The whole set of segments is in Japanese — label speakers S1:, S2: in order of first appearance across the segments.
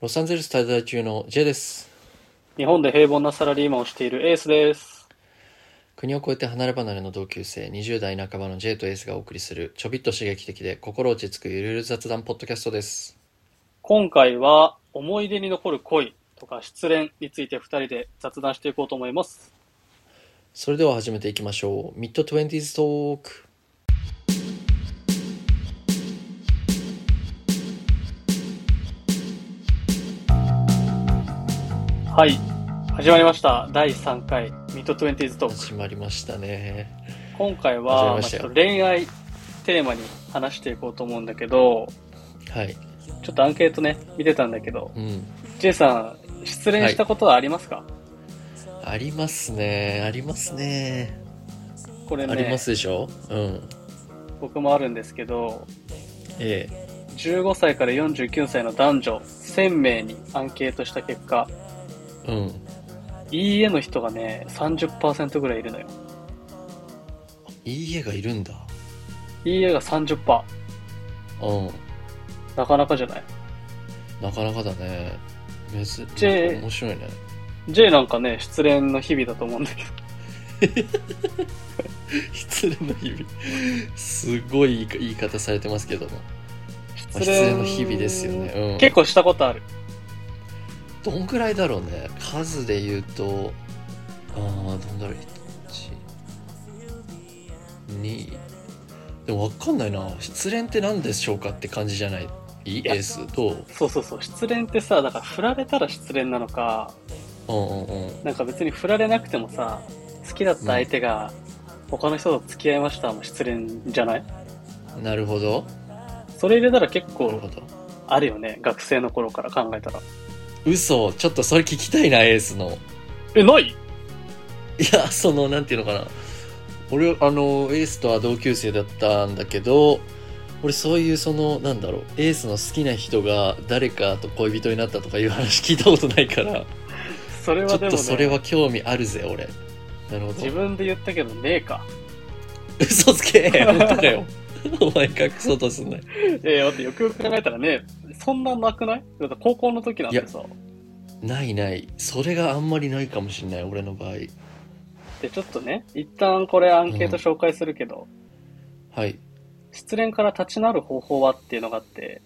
S1: ロサンゼルス滞在中の J です。
S2: 日本で平凡なサラリーマンをしているエースです。
S1: 国を越えて離れ離れの同級生20代半ばの J とエースがお送りするちょびっと刺激的で心落ち着くゆるゆる雑談ポッドキャストです。
S2: 今回は思い出に残る恋とか失恋について2人で雑談していこうと思います。
S1: それでは始めていきましょう。ミッドトゥエンティーズトーク。
S2: はい。始まりました。第3回ミッドトゥエンティーズトーク。
S1: 始まりましたね。
S2: 今回
S1: 始ま
S2: は
S1: りま
S2: まあ
S1: した
S2: ち
S1: よ
S2: ょっと恋愛テーマに話していこうと思うんだけど、
S1: はい。
S2: ちょっとアンケートね、見てたんだけど、
S1: うん。
S2: J さん、失恋したことはありますか、
S1: ありますね。ありますね。
S2: これ
S1: あり
S2: ね
S1: ま、すでしょうん。
S2: 僕もあるんですけど、
S1: ええ。
S2: 15歳から49歳の男女1000名にアンケートした結果、
S1: うん。
S2: いいえの人がね、30%ぐらいいるのよ。
S1: いい家がいるんだ。
S2: いいえが30%。
S1: うん。
S2: なかなかじゃない。
S1: なかなかだね。めず、なんか
S2: J
S1: 面白いね。
S2: J なんかね、失恋の日々だと思うんだけど。
S1: 失恋の日々すごい言い方されてますけども、まあ 失恋の日々ですよね、。うん、
S2: 結構したことある。
S1: どんぐらいだろうね数で言うとああどんだろう122でも分かんないな失恋って何でしょうかって感じじゃないいい
S2: や
S1: エースどう
S2: そうそうそう。失恋ってさ、だから振られたら失恋なのか、
S1: うんうんうん
S2: なんか別に振られなくてもさ、好きだった相手が、他の人と付き合いましたも失恋じゃない
S1: なるほど
S2: それ入れたら結
S1: なるほ
S2: 構
S1: ど
S2: あるよね。学生の頃から考えたら。
S1: 嘘ちょっとそれ聞きたいなエースの
S2: え、ない
S1: いやそのなんていうのかな俺あのエースとは同級生だったんだけど俺そういうそのなんだろうエースの好きな人が誰かと恋人になったとかいう話聞いたことないから、
S2: それは
S1: ちょ
S2: で
S1: っ
S2: もね、
S1: とそれは興味あるぜ俺なるほ
S2: 自
S1: ど
S2: 分で言ったけどねえか。
S1: 嘘つ け本当かよお前隠そうとすんない
S2: えー、待って、よくよく考えたらね、そんななくないだって高校の時なんてさ、
S1: ないないそれがあんまりないかもしんない俺の場合
S2: で、ちょっとね、一旦これアンケート紹介するけど、
S1: はい
S2: 失恋から立ち直る方法はっていうのがあって、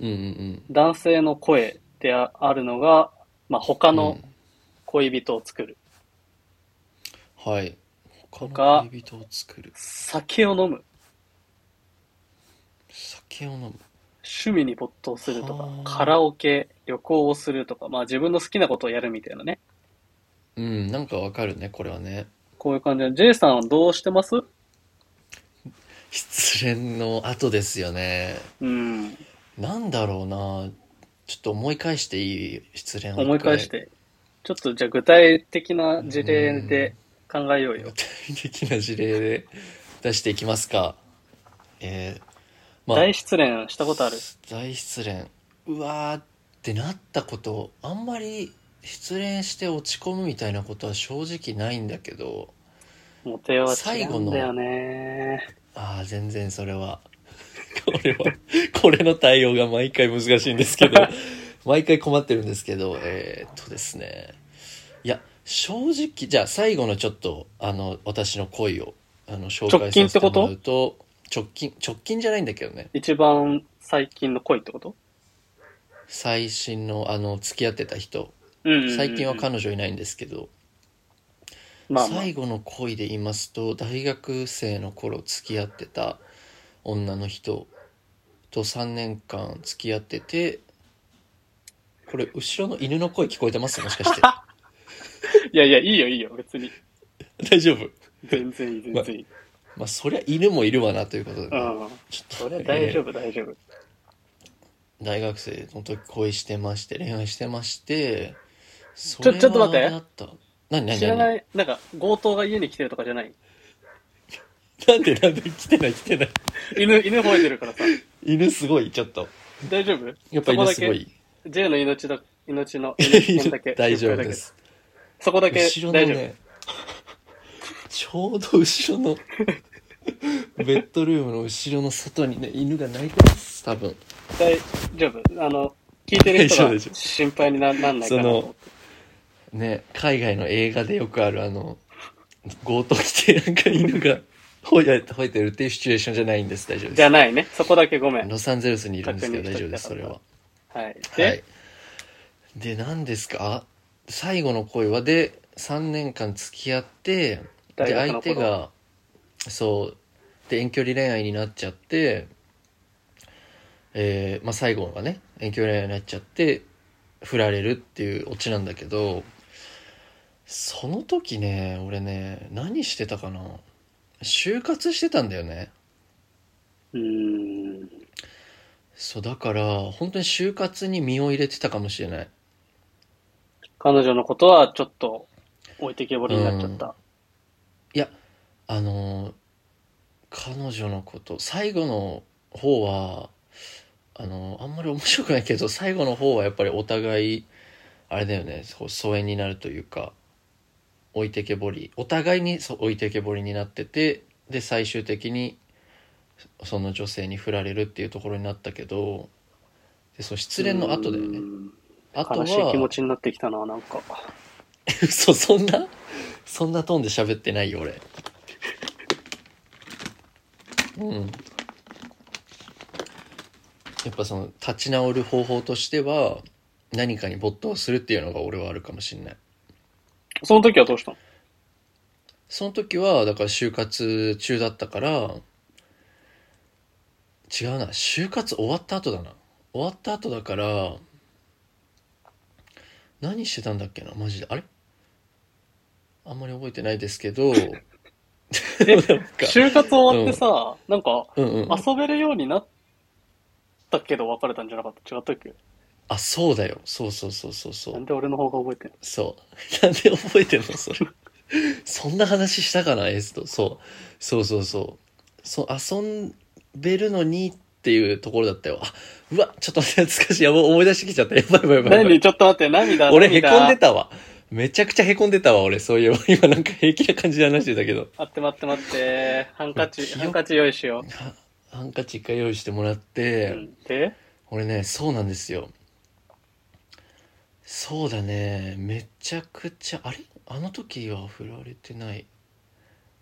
S1: うんうん
S2: 男性の声でああるのが、まあ、他
S1: うん
S2: の恋人を作る、
S1: うんはい他
S2: 他
S1: の恋人を作る
S2: 酒を飲む、
S1: 酒を飲む
S2: 趣味に没頭するとか
S1: はあ、
S2: カラオケ、旅行をするとか、まあ自分の好きなことをやるみたいなね。
S1: うんなんかわかるねこれはね
S2: こういう感じで、J さんはどうしてます
S1: 失恋の後ですよね。
S2: うん、
S1: なんだろうな。ちょっと思い返していい失恋を
S2: 思い返し。て。ちょっとじゃあ具体的な事例で考えよう
S1: 具
S2: よ。
S1: 体的な事例で出していきますか。えー、まあ
S2: 大、失恋したことある
S1: 大失恋。うわーってなったこと、あんまり失恋して落ち込むみたいなことは正直ないんだけど、
S2: モテは違うんだよね。
S1: ああ、全然それは。 これは、これの対応が毎回難しいんですけ ど、毎回困ってるんですけど、えーっとですね。いや、正直、じゃあ最後のちょっと、あの、私の恋を、あの、紹介させてもらうと、直近、直近じゃないんだけどね。
S2: 一番最近の恋ってこと
S1: 最新の、あの、付き合ってた人。
S2: うんうんうんうん
S1: 最近は彼女いないんですけど、
S2: まあまあ
S1: 最後の恋で言いますと大学生の頃付き合ってた女の人と3年間付き合っててこれ後ろの犬の声聞こえてますもしか して
S2: いやいや、いいよいいよ、別に。
S1: 大丈夫
S2: 全然いい、全然いい。
S1: まあそりゃ犬もいるわなということで、
S2: うん。
S1: ちょ
S2: そ
S1: っと
S2: れは大
S1: え
S2: 丈夫、大丈夫。
S1: ー大学生の時恋してまして恋愛してましてそ
S2: ちょちょっと待って
S1: なた何何
S2: 知ら
S1: 何
S2: ない、なんか強盗が家に来てるとかじゃない
S1: なんでなんで来てない来てない
S2: 犬、犬吠えてるからさ。
S1: 犬すごいちょっと
S2: 大丈夫
S1: やっぱ
S2: そこ
S1: 犬
S2: だ
S1: すご
S2: け、
S1: い
S2: J の命だ、命 の、命だけ
S1: 犬。大丈夫で。す
S2: そこだけ、
S1: 後ろ
S2: 大
S1: の
S2: 丈夫。
S1: ねちょうど後ろの ベッドルームの後ろの外にね犬が鳴いてます多分
S2: 大丈夫。あの、聞いてる人
S1: 大
S2: が
S1: 丈夫
S2: 心配にななんないかなと思って。
S1: ね、海外の映画でよくあるあの、強盗来てなんか犬が 吠え吠えてるっていうシチュエーションじゃないんです。大丈夫
S2: じゃ
S1: で
S2: ないね。そこだけごめ
S1: す。
S2: ん。
S1: ロサンゼルスにいるんですけど
S2: 確認
S1: 大
S2: し
S1: 丈
S2: とき
S1: 夫で
S2: たかった
S1: す、それは。
S2: はい。で、
S1: はい。で、何ですか最後の恋は、で、3年間付き合って、
S2: 大
S1: で、
S2: 学の
S1: 相
S2: 頃
S1: 手が、そう、で、遠距離恋愛になっちゃって、えーまあ最後はね、遠距離恋愛になっちゃって、振られるっていうオチなんだけど、その時ね、俺ね、何してたかな就活してたんだよね。
S2: うーん。
S1: そう、だから、本当に就活に身を入れてたかもしれない。
S2: 彼女のことはちょっと置いてけぼりになっちゃった。
S1: あの彼女のこと最後の方はあのあんまり面白くないけど最後の方はやっぱりお互いあれだよねこう疎遠になるというか置いてけぼりお互いにそう置いてけぼりになっててで最終的にその女性に振られるっていうところになったけどでそう失恋の後だよ
S2: うー
S1: ね
S2: ん
S1: あと
S2: 悲しい気持
S1: は
S2: ちになってきたな、なんか。
S1: 嘘そんなそんなトーンで喋ってないよ俺うんやっぱその立ち直る方法としては何かに没頭するっていうのが俺はあるかもしれない
S2: その時はどうしたの
S1: その時はだから就活中だったから違うな就活終わった後だな終わった後だから何してたんだっけなマジであれあんまり覚えてないですけどなんか
S2: 就活終わってさ、なんか
S1: うんうん
S2: 遊べるようになったけど別れたんじゃなかった違ったっけ
S1: あそうだよそうそうそうそうそう
S2: なんで俺の方が覚えてんの
S1: そう。 なんで覚えてんのそれ。 そんな話したかなエースと。そう。そうそうそう。そう、遊べるのにっていうところだったよ。あ、うわ、ちょっと待って、懐かしい。やばい、思い出してきちゃった。やばいやばいやばいやば
S2: 何
S1: い。
S2: ちょっと待って、涙、
S1: 俺、へこんで
S2: た。
S1: たわ。めちゃくちゃへこんでたわ、俺。そういえば、今なんか平気な感じで話してたけど。
S2: 待って待って待って、ハンカチ、
S1: 記憶
S2: ハンカチ用意しよ
S1: はハンカチ一回用意してもらっ
S2: う。
S1: て、
S2: うんで、
S1: 俺ね、そうなんですよ。そうだね、めちゃくちゃ、あれあの時は振られてない。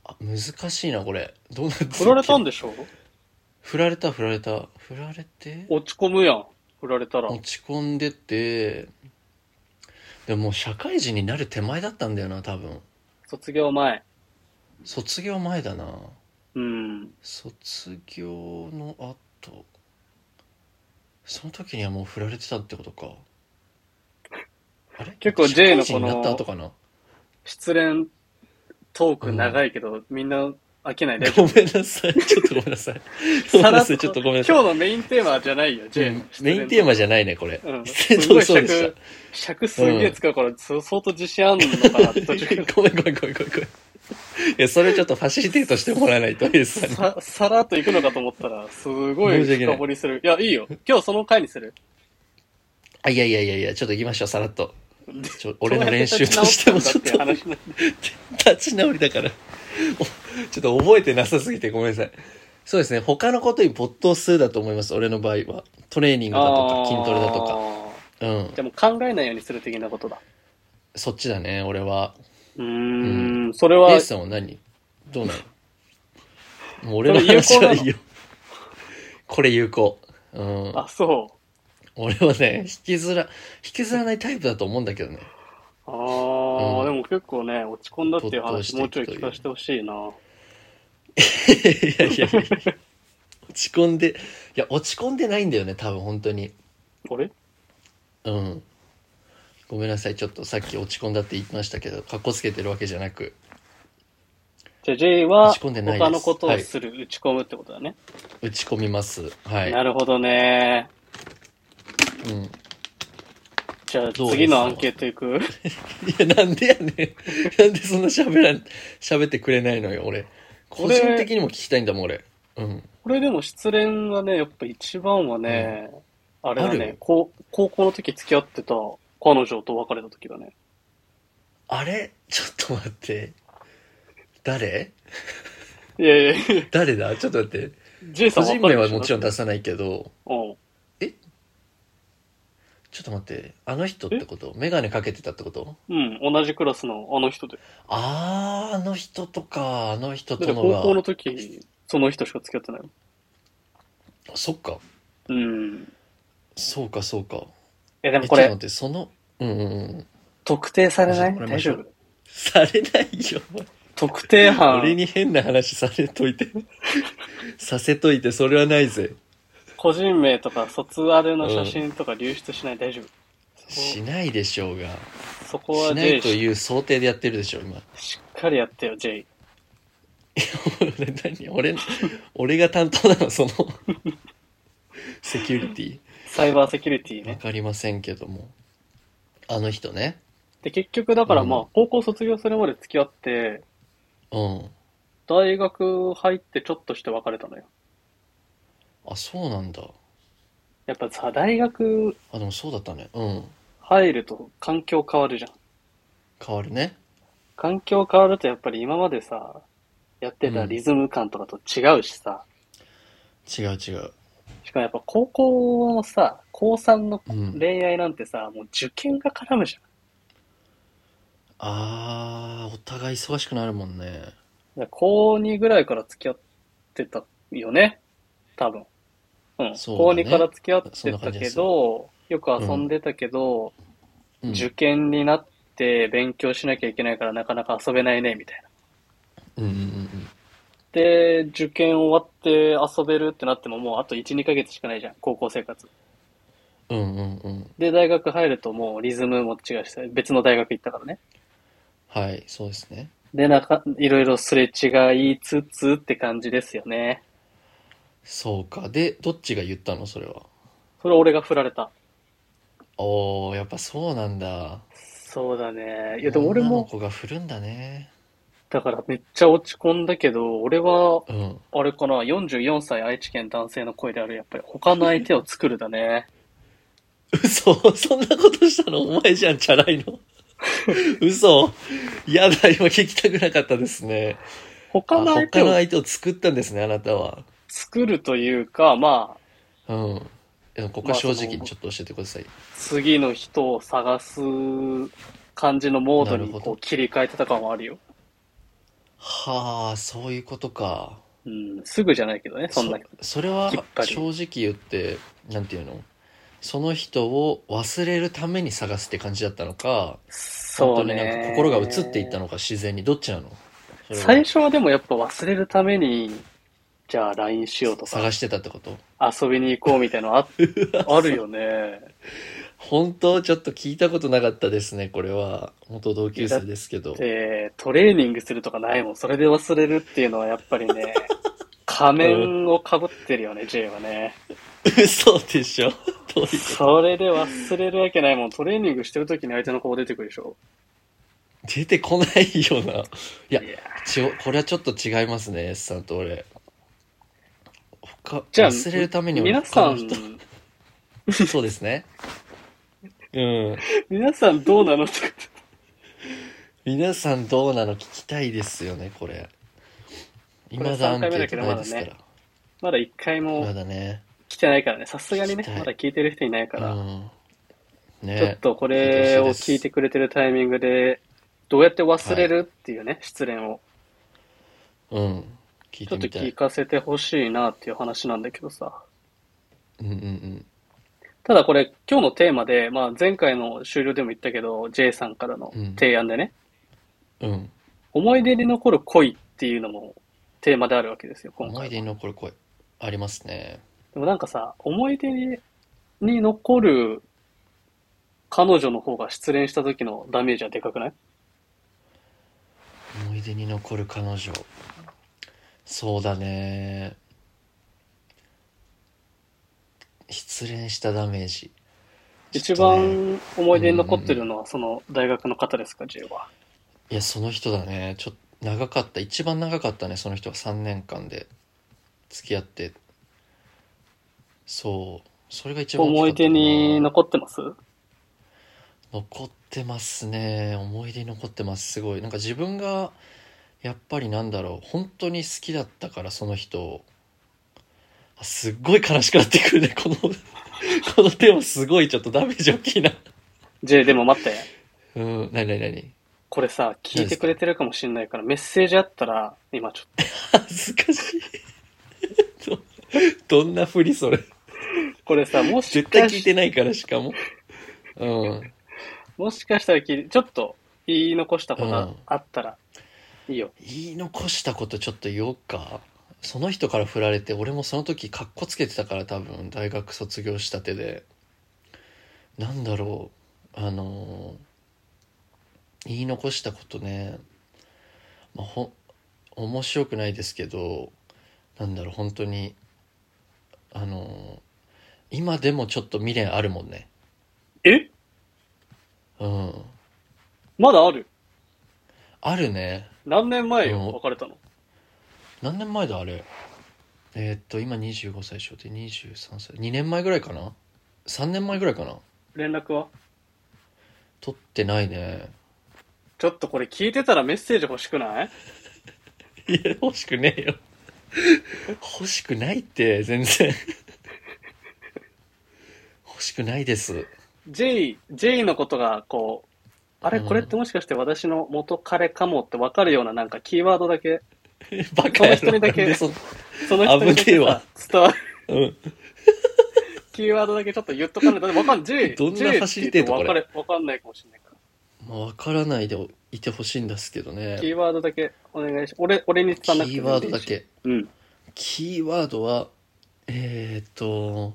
S1: あ、難しいな、これ。どうなってっけ
S2: 振られたんでしょ
S1: 振られた、振られた。振られて、
S2: 落ち込むやん。振られたら。
S1: 落ち込んでて、でももう社会人になる手前だったんだよな、多分。
S2: 卒業前。
S1: 卒業前だな。
S2: うん。
S1: 卒業の後、その時にはもう振られてたってことか。あれ
S2: 結構 J の
S1: 社会人
S2: この
S1: になった後かな。
S2: 失恋トーク長いけど、みんな飽 きないね。
S1: ごめんなさい。ちょっとごめんなさい。ご
S2: さ
S1: めん
S2: ら
S1: な
S2: っ
S1: さ
S2: と
S1: い。ちょっとごめんなさい。
S2: 今日のメインテーマじゃないよ、J の
S1: うんメインテーマ
S2: じ
S1: じゃないね、これ。
S2: ゃ、うん。
S1: 全
S2: す
S1: 然
S2: ごい
S1: そうでし
S2: 尺、尺すげえ使うから、そ相当自信あんのかな、途中
S1: た。ごめんごめんごめんごめんごめん。いや、それちょっとファシリテートしてもらわないと、エースさんに。
S2: さ、さらっと行くのかと思ったら、すごい
S1: 申し訳ない
S2: 深掘りする。いや、いいよ。今日その回にする。
S1: あ、いやいやいやいや、ちょっと行きましょう、さらっと。ちょ俺の
S2: どうや
S1: 練
S2: って
S1: 習としてもちょっ
S2: 立ち
S1: と
S2: 直ったんだっていう話なんで
S1: 立ち直りだから。おちょっと覚えてなさすぎてごめんなさい。そうですね。他のことに没頭するだと思います。俺の場合は。トレーニングだと
S2: あ
S1: か、
S2: ー
S1: 筋トレだとか。うん。
S2: じゃあもう考えないようにする的なことだ。
S1: そっちだね、俺は。
S2: うーん、それは
S1: エー、スさんは何どうなのもう俺の話はいいよ。これ有効。うん。
S2: あ、そ
S1: 俺はね、引きずら、引きずらないタイプだと思うんだけど ね。
S2: う。ああ、
S1: うん
S2: でも結構ね、落ち込んだっていう
S1: 没頭し
S2: 話、
S1: てい
S2: も
S1: うく
S2: ち
S1: と
S2: ょ
S1: い
S2: いう聞かせてほしいな。
S1: いやいやいや。落ち込んで、いや、落ち込んでないんだよね、多分本当に。
S2: あれ
S1: うん。ごめんなさい。ちょっとさっき落ち込んだって言いましたけど、かっこつけてるわけじゃなく、
S2: じゃあ J は、
S1: 落ち込んでないです
S2: 他のことをする、打ち込むってことだね。
S1: 打ち込みます。はい。
S2: なるほどね。
S1: うん。い
S2: じゃあ
S1: どう
S2: 次のアンケートいく
S1: や、なんでやねん。なん でそんな喋らん、喋ってくれないのよ、俺。個人的にも聞きたいんだもん、俺。うん。
S2: これでも失恋はね、やっぱ一番はね、あれだ
S1: あ
S2: ね
S1: る、
S2: 高高校の時付き合ってた彼女と別れた時だね。
S1: あれちょっと待って。誰
S2: いやいやいや、
S1: 誰だちょっと待って。
S2: J さ
S1: 個
S2: ん
S1: 人
S2: 別れ
S1: 名
S2: た
S1: は
S2: でしょ
S1: もちろん出さないけど、
S2: うん。
S1: ちょっと待って、あの人ってことメガネかけてたってこと
S2: うん、同じクラスのあの人で。
S1: あー、あの人とか、あの人
S2: だっ
S1: と
S2: て
S1: の
S2: 高校
S1: が。
S2: の時、その人しか付き合ってないもん。
S1: そっか。
S2: うん。
S1: そうか、そうか。
S2: え、でも
S1: え、ちょ
S2: こ
S1: っと待
S2: れ
S1: っ、て、その、うんうんうん。
S2: 特定されない
S1: これ
S2: 大丈夫
S1: されないよ。
S2: 特定班。
S1: 俺に変な話されといて。 させといて、それはないぜ。
S2: 個人名とか卒アルの写真とか流出しない、大丈夫
S1: しないでしょうが。
S2: そこは
S1: しない
S2: J
S1: と
S2: し
S1: いう想定でやってるでしょ、今。
S2: しっかりやってよ J
S1: 俺何俺、俺が担当なの、その、セキュリティ。
S2: サイバーセキュリティ
S1: わ
S2: ね
S1: かりませんけども。あの人ね。
S2: で結局だからまあ、
S1: うん
S2: 高校卒業するまで付き合って
S1: うん。
S2: 大学入ってちょっとして別れたのよ
S1: あ、そうなんだ。
S2: やっぱさ大学
S1: あ、でもそうだったね。うん。
S2: 入ると環境変わるじゃん
S1: 変わるね。
S2: 環境変わるとやっぱり今までさやってたリズム感とかと違うしさ、
S1: 違う違う。
S2: しかもやっぱ高校のさ高3の
S1: うん。
S2: 恋愛なんてさもう受験が絡むじゃん
S1: あー、お互い忙しくなるもんね。
S2: だから高2ぐらいから付き合ってたよね。多分。うん。
S1: そう
S2: 高
S1: だね
S2: 2から付き合っ
S1: そん
S2: て
S1: な
S2: た
S1: 感じで
S2: け
S1: す
S2: ど、よく遊んでたけど、
S1: うん。
S2: 受験になって勉強しなきゃいけないからなかなか遊べないね、みたいな。
S1: うんうんうん
S2: で、受験終わって遊べるってなってももうあと1、2ヶ月しかないじゃん、高校生活。
S1: うん。うんうんうん。
S2: で、大学入るともうリズムも違うし、別の大学行ったからね。
S1: はい、そうですね。
S2: で、なんか、いろいろすれ違いつつって感じですよね。
S1: そうか。で、どっちが言ったのそれは。
S2: それ俺が振られた。
S1: おー、やっぱそうなんだ。
S2: そうだね。いや、でも俺
S1: 女
S2: も
S1: の、子が振るんだね。
S2: だからめっちゃ落ち込んだけど、俺は、
S1: うん。
S2: あれかな、44歳愛知県男性の声である、やっぱり他の相手を作る だね。
S1: 嘘そんなことしたのお前じゃん、チャラいの。嘘やだ、今聞きたくなかったですね。
S2: 他の
S1: あ
S2: 相
S1: 他
S2: 手
S1: の
S2: を
S1: 相手を作ったんですね、あなたは。
S2: 作るというか、まあ、
S1: うん。でもここは正直にちょっと教えてください。
S2: 次の人を探す感じのモード
S1: なる
S2: に
S1: ほど
S2: こう切り替えてた感はあるよ。
S1: はあ、そういうことか。
S2: うん、すぐじゃないけどね、そんな。
S1: それは
S2: きっぱり
S1: 正直言って、なんていうのその人を忘れるために探すって感じだったのか、
S2: そう
S1: 本当になんか
S2: ね。
S1: 心が移っていったのか自然に、どっちなのそれは
S2: 最初はでもやっぱ忘れるために、じゃあ LINE しようとか、
S1: 探してたってこと
S2: 遊びに行こうみたいな のああるよね。
S1: 本当ちょっと聞いたことなかったですね、これは。元同級生ですけど。
S2: で、トレーニングするとかないもん。それで忘れるっていうのはやっぱり ね、仮面をかぶってるよね、J はね。
S1: 嘘でしょ どういう
S2: それで忘れるわけないもん。トレーニングしてる時に相手の顔出てくるでしょ。
S1: 出てこないような。いや
S2: いや、
S1: ちょ、これはちょっと違いますね、S さんと俺。他、
S2: じゃあ、
S1: 忘れるために俺
S2: 皆さ
S1: 他の人
S2: ん、
S1: そうですね。うん。
S2: 皆さんどうなのって
S1: 皆さんどうなの聞きたいですよね、これ。
S2: これ
S1: 今だアンケート
S2: 三回目だけど
S1: ないですから。
S2: まだ一回
S1: ま
S2: も
S1: だね。
S2: 来てないからね。さすがに
S1: 聞
S2: ね
S1: きた、い
S2: まだ聞いてる人いないから。
S1: うん。
S2: ちょっ
S1: ね
S2: とこれを聞いてくれてるタイミングで、どうやって忘れるっていうね、失恋を。
S1: うん。聞いて
S2: ちょっと
S1: みた
S2: 聞
S1: い。
S2: かせてほしいなっていう話なんだけどさ。
S1: うんうんうん。
S2: ただこれ、今日のテーマで、まあ、前回の終了でも言ったけど、J さんからの提案でね、
S1: うん。
S2: 思い出に残る恋っていうのもテーマであるわけですよ、今
S1: 思い
S2: 回。
S1: 出に残る声。ありますね。
S2: でもなんかさ、思い出に残る彼女の方が失恋した時のダメージはでかくない
S1: 思い出に残る彼女。そうだね。失恋したダメージ。
S2: 一
S1: ちょっとね
S2: 番思い出に残ってるのはその大学の方ですか、J は。
S1: いや、その人だね。ちょっと長かった。一番長かったね、その人は3年間で付き合って。そう。それが一番大きかっ
S2: 思い
S1: たか
S2: 出
S1: な
S2: に残ってます
S1: 残ってますね。思い出に残ってます。すごい。なんか自分が、やっぱりなんだろう。本当に好きだったから、その人を。あすっごい悲しくなってくるね、この。 この手はすごいちょっとダメージ大きいな。
S2: J、でも待って。
S1: うん、なになになに
S2: これさ、聞いてくれてるかもしんないから、メッセージあったら、今ちょっと。
S1: 恥ずかしい。ど、どんなふりそれ。
S2: これさ、もし
S1: 絶対
S2: か
S1: 聞い
S2: して
S1: ないから、しかも。うん。
S2: もしかしたら聞いちょっと言い残したことあったら、いいよ。
S1: 言い残したことちょっと言おうか。その人から振られて、俺もその時カッコつけてたから多分、大学卒業したてで。なんだろう。あのー言い残したことね。まあ、ほ、面白くないですけど、なんだろう、本当に。あのー今でもちょっと未練あるもんね。
S2: え
S1: うん。
S2: まだある
S1: あるね。
S2: 何年前よ
S1: う、ん
S2: 別れたの。
S1: 何年前だあれえーっと今25歳小で23歳2年前ぐらいかな3年前ぐらいかな
S2: 連絡は
S1: 取ってないね
S2: ちょっとこれ聞いてたらメッセージ欲しくない
S1: いや欲しくねえよ欲しくないって全然欲しくないです
S2: ?J、J のことがこう、あれ
S1: うん
S2: これってもしかして私の元彼かもってわかるようななんかキーワードだけ、
S1: バカや
S2: そ
S1: ろ
S2: の人にだけ
S1: なんでそん
S2: その人にだ
S1: 危ねえ
S2: け
S1: わ
S2: さ伝わる
S1: うん
S2: キーワードだけちょっと言っとかないと、わかん、J、
S1: どんな
S2: J って
S1: 走り手
S2: 言
S1: と
S2: う
S1: ことれ
S2: わかれわかんないかもしれないから。
S1: まあ分からないでいてほしいんですけどね
S2: キーワードだけお願いし、俺、俺に
S1: キ
S2: 伝わなくて
S1: ーワードだ。け
S2: うん。
S1: キーワードはえーっと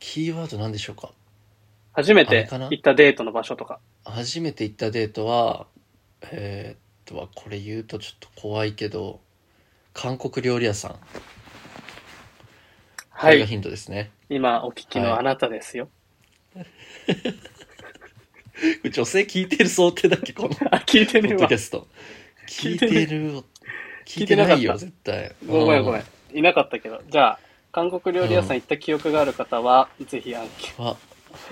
S1: キーワードなんでしょうか
S2: 初め
S1: あれ
S2: て
S1: かな
S2: 行ったデートの場所とか。
S1: 初めて行ったデートはえーっとこれ言うとちょっと怖いけど韓国料理屋さんこ
S2: は
S1: れが
S2: い。
S1: ヒントですね、
S2: 今お聞き
S1: はい
S2: のあなたですよ。
S1: 女性聞いてる想定だっけこのポ
S2: あ、聞いてねえ
S1: ッド
S2: わ
S1: キャ。スト聞
S2: 聞
S1: い
S2: い
S1: て
S2: てね
S1: る聞
S2: 聞
S1: いて
S2: いてな
S1: な
S2: かった
S1: いよ絶対
S2: ごめんごめ。
S1: うん
S2: いなかったけど。じゃあ、韓国料理屋さん行った記憶がある方は、ぜひアンケ
S1: んは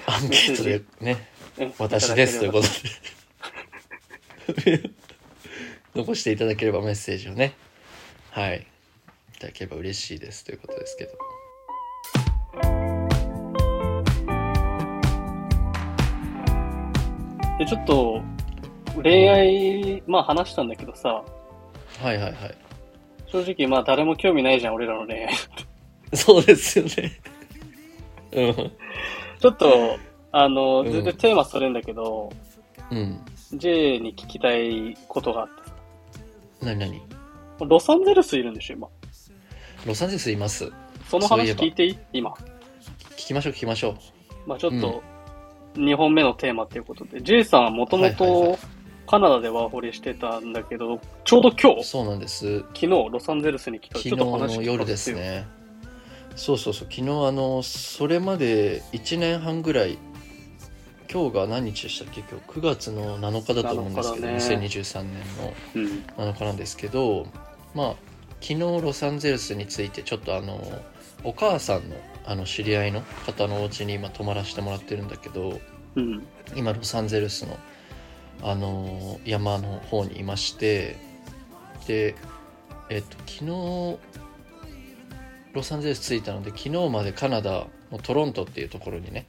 S1: アンケートでね
S2: ート。。
S1: 私ですということとで残していただければメッセージをねはいいただければ嬉しいですということですけど
S2: で、ちょっと、恋愛、まあ話したんだけどさ、
S1: はいはいはい
S2: 正直まあ誰も興味ないじゃん、俺らの恋愛。
S1: そうですよね。
S2: ちょっと、あの、
S1: うん
S2: 全然テーマそれんだけど、
S1: うん。うん。
S2: J に聞きたいことがあって
S1: なになに
S2: さロサンゼルスいるんでしょ、今。
S1: ロサンゼルスいます。聞
S2: その
S1: そうい
S2: 話
S1: えば
S2: 聞いていい今。
S1: きましょう、聞きましょう。
S2: まあちょっと、2本目のテーマということで、J さんはもとも
S1: はいはいは
S2: とカナダでワーホリしてたんだけど、ちょうど今日、
S1: そうなんです。
S2: 昨日ロサンゼルスに来た。
S1: 昨日
S2: ちょっと話
S1: の
S2: 聞か
S1: 夜
S2: せて
S1: です
S2: よ。
S1: ね。そうそうそう、昨日あの、それまで1年半ぐらい、今日が何日でしたっけ今日9月の7日だと思うんですけど、
S2: 7日だね
S1: 2023年の
S2: うん。
S1: 7日なんですけど、まあ、昨日ロサンゼルスについてちょっとあの、お母さんのあの知り合いの方のお家に今泊まらせてもらってるんだけど、
S2: うん。
S1: 今ロサンゼルスの、あのー山の方にいましてで、えっと、昨日ロサンゼルス着いたので昨日までカナダのトロントっていうところにね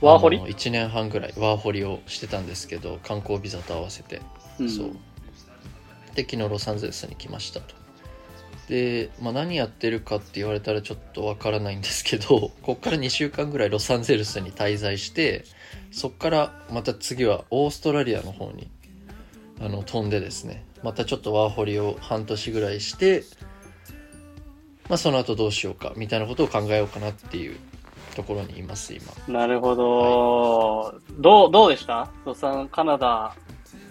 S2: ワーホリ
S1: あの ?1 年半ぐらいワーホリをしてたんですけど観光ビザと合わせて、
S2: うん
S1: そうで昨日ロサンゼルスに来ましたとで、まあ、何やってるかって言われたらちょっとわからないんですけど こっから2週間ぐらいロサンゼルスに滞在してそっからまた次はオーストラリアの方にあの飛んでですねまたちょっとワーホリを半年ぐらいして、まあ、その後どうしようかみたいなことを考えようかなっていうところにいます今
S2: なるほど。どう、どうでしたロサン、カナダ、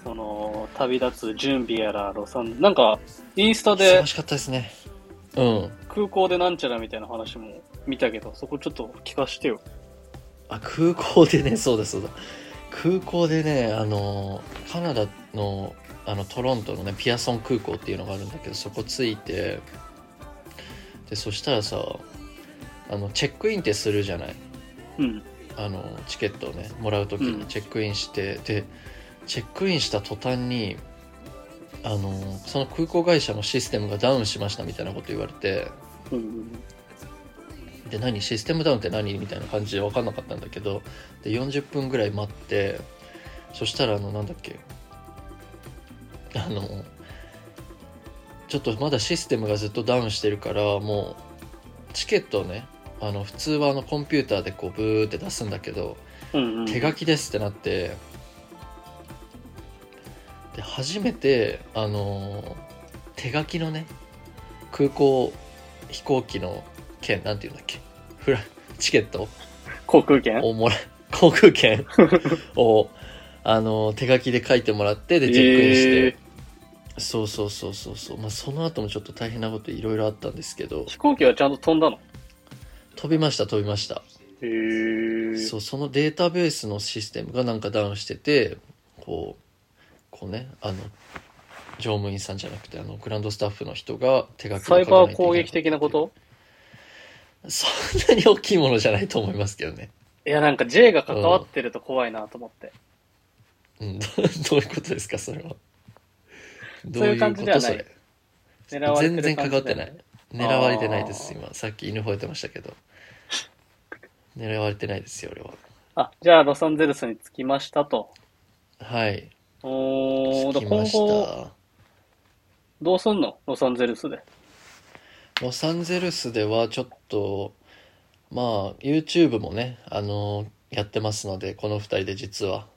S2: その、旅立つ準備やら、ロサン、なんか、インスタで
S1: 忙しかったですねうん
S2: 空港でなんちゃらみたいな話も見たけど、そこちょっと聞かしてよ。
S1: あ空港でね そうだそうだ空港でねあのカナダのあのトロントのねピアソン空港っていうのがあるんだけどそこ着いてでそしたらさあのチェックインってするじゃない
S2: うん。
S1: あのチケットをねもらう時に
S2: うん
S1: チェックインして、でチェックインした途端にあのその空港会社のシステムがダウンしましたみたいなこと言われて
S2: うんうん。
S1: え何システムダウンって何みたいな感じで分かんなかったんだけどで40分ぐらい待ってそしたらあのなんだっけあのちょっとまだシステムがずっとダウンしてるからもうチケットをねあの普通はあのコンピューターでこうブーって出すんだけど
S2: うんうん。
S1: 手書きですってなってで初めてあのー手書きのね空港飛行機の券なんていうんだっけフラチケット
S2: 航空券
S1: をもら航空 券をあのー手書きで書いてもらってでチェックインして、
S2: え
S1: そうそうそうそうそうまあその後もちょっと大変なこといろいろあったんですけど
S2: ー飛行機はちゃんと飛んだの
S1: 飛びました飛びました
S2: へえ。
S1: そうそのデータベースのシステムがなんかダウンしててこうこうねあの乗務員さんじゃなくてあのグランドスタッフの人が手書きで書か
S2: サ
S1: な
S2: イ
S1: いと
S2: バ
S1: いけない
S2: ー攻撃的なこと
S1: そんなに大きいものじゃないと思いますけどね、
S2: いや、なんか J が関わってると怖いなと思って。
S1: うん、 どどういうことですかそれはど
S2: そういう感じではない
S1: それ
S2: 狙われて
S1: 全
S2: る
S1: 然
S2: 感
S1: 関
S2: じ
S1: わってない
S2: ない
S1: 狙われてないです
S2: あー
S1: 今さっき犬吠えてましたけど狙われてないですよ俺は
S2: あ、じゃあ、ロサンゼルスに着きましたと。
S1: はい
S2: おー、
S1: 着
S2: だ
S1: き
S2: から
S1: ま
S2: 今
S1: し
S2: 後、
S1: た
S2: どうすんのロサンゼルスで。
S1: ロサンゼルスではちょっとまあ YouTube もねあのやってますのでこの2人で実は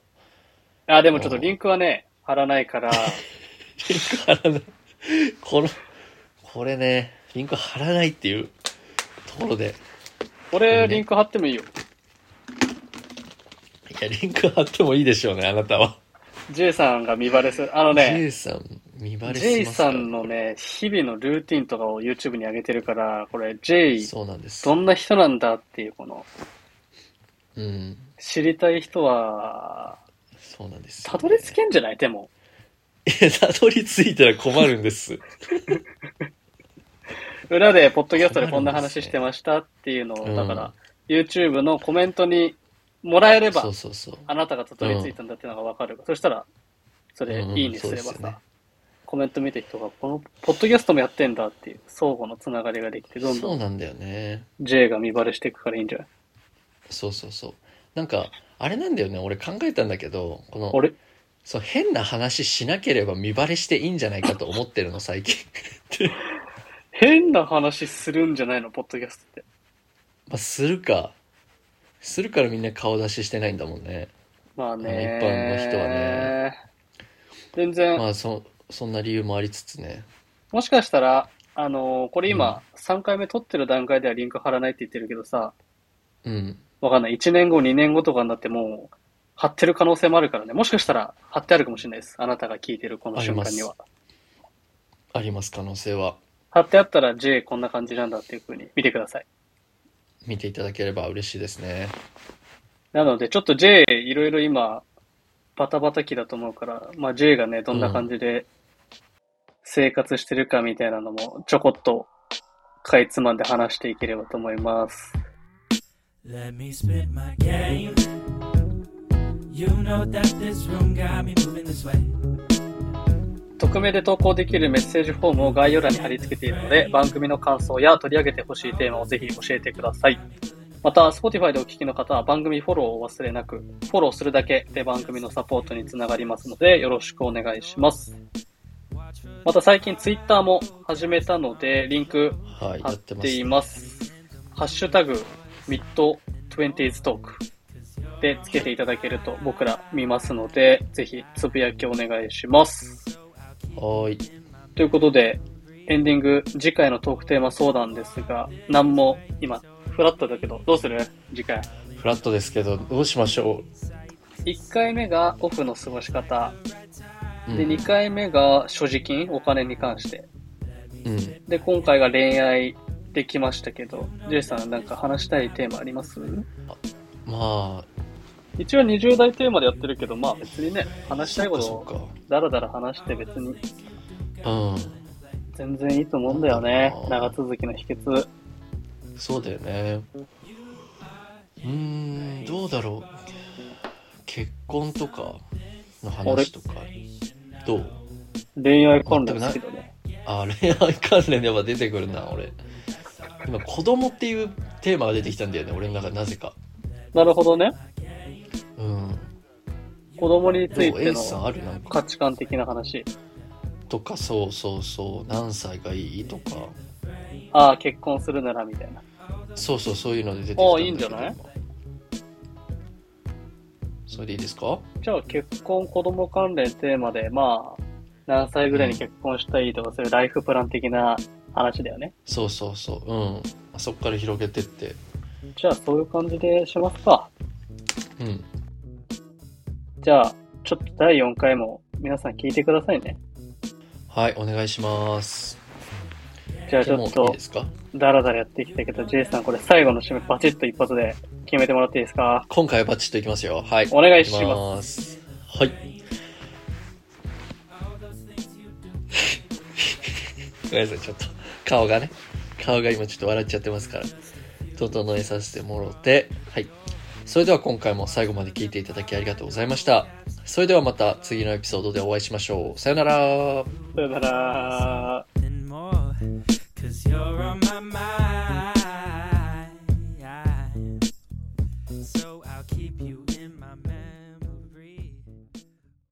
S2: あ、でもちょっとリンクはね、貼らない から、
S1: 貼らないこのこれねリンク貼らないっていうところでいい
S2: 俺、
S1: ね
S2: リンク貼ってもいいよ。
S1: いやリンク貼ってもいいでしょうねあなたは
S2: J さんが見バレする。あのね、
S1: J さん見バレしま
S2: J
S1: すか
S2: さんのね、日々のルーティンとかを YouTube に上げてるから、これ、J、
S1: そうなんです
S2: どんな人なんだっていう、この、
S1: うん
S2: 知りたい人は、
S1: そうなんですよ
S2: たどり着けんじゃないでも。
S1: いやたどり着いたら困るんです
S2: 裏で、ポッドキャストでこんな
S1: 困るんです
S2: 話
S1: ね
S2: してましたっていうのを、だから、
S1: うん
S2: YouTube のコメントにもらえれば
S1: そう、そうそう
S2: あなたがたどり着いたんだってのがわかる。そしたら、それ、
S1: うんうん
S2: いいねすれば
S1: そうですよね
S2: さ、コメント見た人が、この、ポッドキャストもやってんだっていう、相互のつながりができて、どん
S1: そ
S2: ど
S1: うんなんだよね
S2: J が見バレしていくからいいんじゃない
S1: そうそうそうなんかあれなんだよね俺考えたんだけどこの
S2: 俺、
S1: そう変な話しなければ見バレしていいんじゃないかと思ってるの最近
S2: 変な話するんじゃないの、ポッドキャストって。
S1: まあするかするからみんな顔出ししてないんだもんね
S2: まあね。
S1: 一般の人はね。全然、まあそそんな理由もありつつね
S2: もしかしたら、あのーこれ今、3回目撮ってる段階ではリンク貼らないって言ってるけどさ、
S1: うん
S2: わかんない。1年後、2年後とかになってもう、貼ってる可能性もあるからね。もしかしたら貼ってあるかもしれないです。あなたが聞いてるこの瞬間に
S1: あ
S2: は。
S1: あります可能性は
S2: 貼ってあったら J こんな感じなんだっていう風に見てください。
S1: 見ていただければ嬉しいですね
S2: なので、ちょっと J いろいろ今、バタバタ期だと思うから、まあ J がね、どんな感じで生活してるかみたいなのも、ちょこっと、かいつまんで話していければと思います。
S3: Let me spit my game. You know that this room got me moving this way.
S2: 匿名で投稿できるメッセージフォームを概要欄に貼り付けているので、番組の感想や取り上げてほしいテーマをぜひ教えてください。また、Spotify でお聞きの方は番組フォローをお忘れなく、フォローするだけで番組のサポートにつながりますので、よろしくお願いします。また最近 Twitter も始めたので、リンク
S1: はい
S2: 貼
S1: や
S2: っ
S1: ってま
S2: て
S1: す
S2: います。ハッシュタグ、ミッド 20s トークでつけていただけると僕ら見ますので、ぜひつぶやきお願いします。
S1: はーい
S2: ということで、エンディング、次回のトークテーマ相談ですが、何も今、フラットだけど、どうする次回。
S1: フラットですけどどうしましょ
S2: 1回目がオフの過ごし方。
S1: う、うん、
S2: で、2回目が所持金、お金に関して。
S1: うん
S2: で、今回が恋愛できましたけど、ジェイさんなんか話したいテーマあります
S1: まあ
S2: 一応20代テーマでやってるけど、まあ別にね、話したいこと
S1: そっか
S2: をダラダラ話して別に
S1: そっかうん
S2: 全然いいと思うんだよね
S1: あ。ー
S2: 長続きの秘訣。
S1: そうだよねうーんどうだろう結婚とかの話とかどう
S2: 恋愛関連好きだね。
S1: あ恋愛関連では出てくるな俺今子供っていうテーマが出てきたんだよね俺の中でなぜか
S2: なるほどね。
S1: うん
S2: 子供につい
S1: どうエ
S2: て
S1: イスさん
S2: の
S1: あるなんか
S2: 価値観的な話。
S1: とかそうそうそう何歳がいいとか
S2: ああ、結婚するならみたいな。
S1: そうそうそういうので出てきた
S2: あいいんじゃない
S1: だけどそれでいいですか
S2: じゃあ結婚、子供関連テーマで、まあ、何歳ぐらいに結婚したいとか、そういうライフプラン的な話だよね。
S1: そうそうそううんあそっから広げてって
S2: じゃあそういう感じでしますか。
S1: うん
S2: じゃあ、ちょっと第4回も皆さん聞いてくださいね。
S1: はいお願いします
S2: じゃあち
S1: で
S2: ょ
S1: も
S2: っ
S1: いい
S2: と
S1: で、すか
S2: ダラダラやってきたけど、ジェイさんこれ最後の締めバチッと一発で決めてもらっていいですか
S1: 今回はバチッといきますよはい
S2: お願いします
S1: きますはい ごめんなさいちょっと顔がね顔が今ちょっと笑っちゃってますから整えさせてもろてはいそれでは今回も最後まで聞いていただきありがとうございましたそれではまた次のエピソードでお会いしましょうさよなら
S2: さよなら。
S3: nothing more. Cause you're on my mind. So I'll keep you in my mind.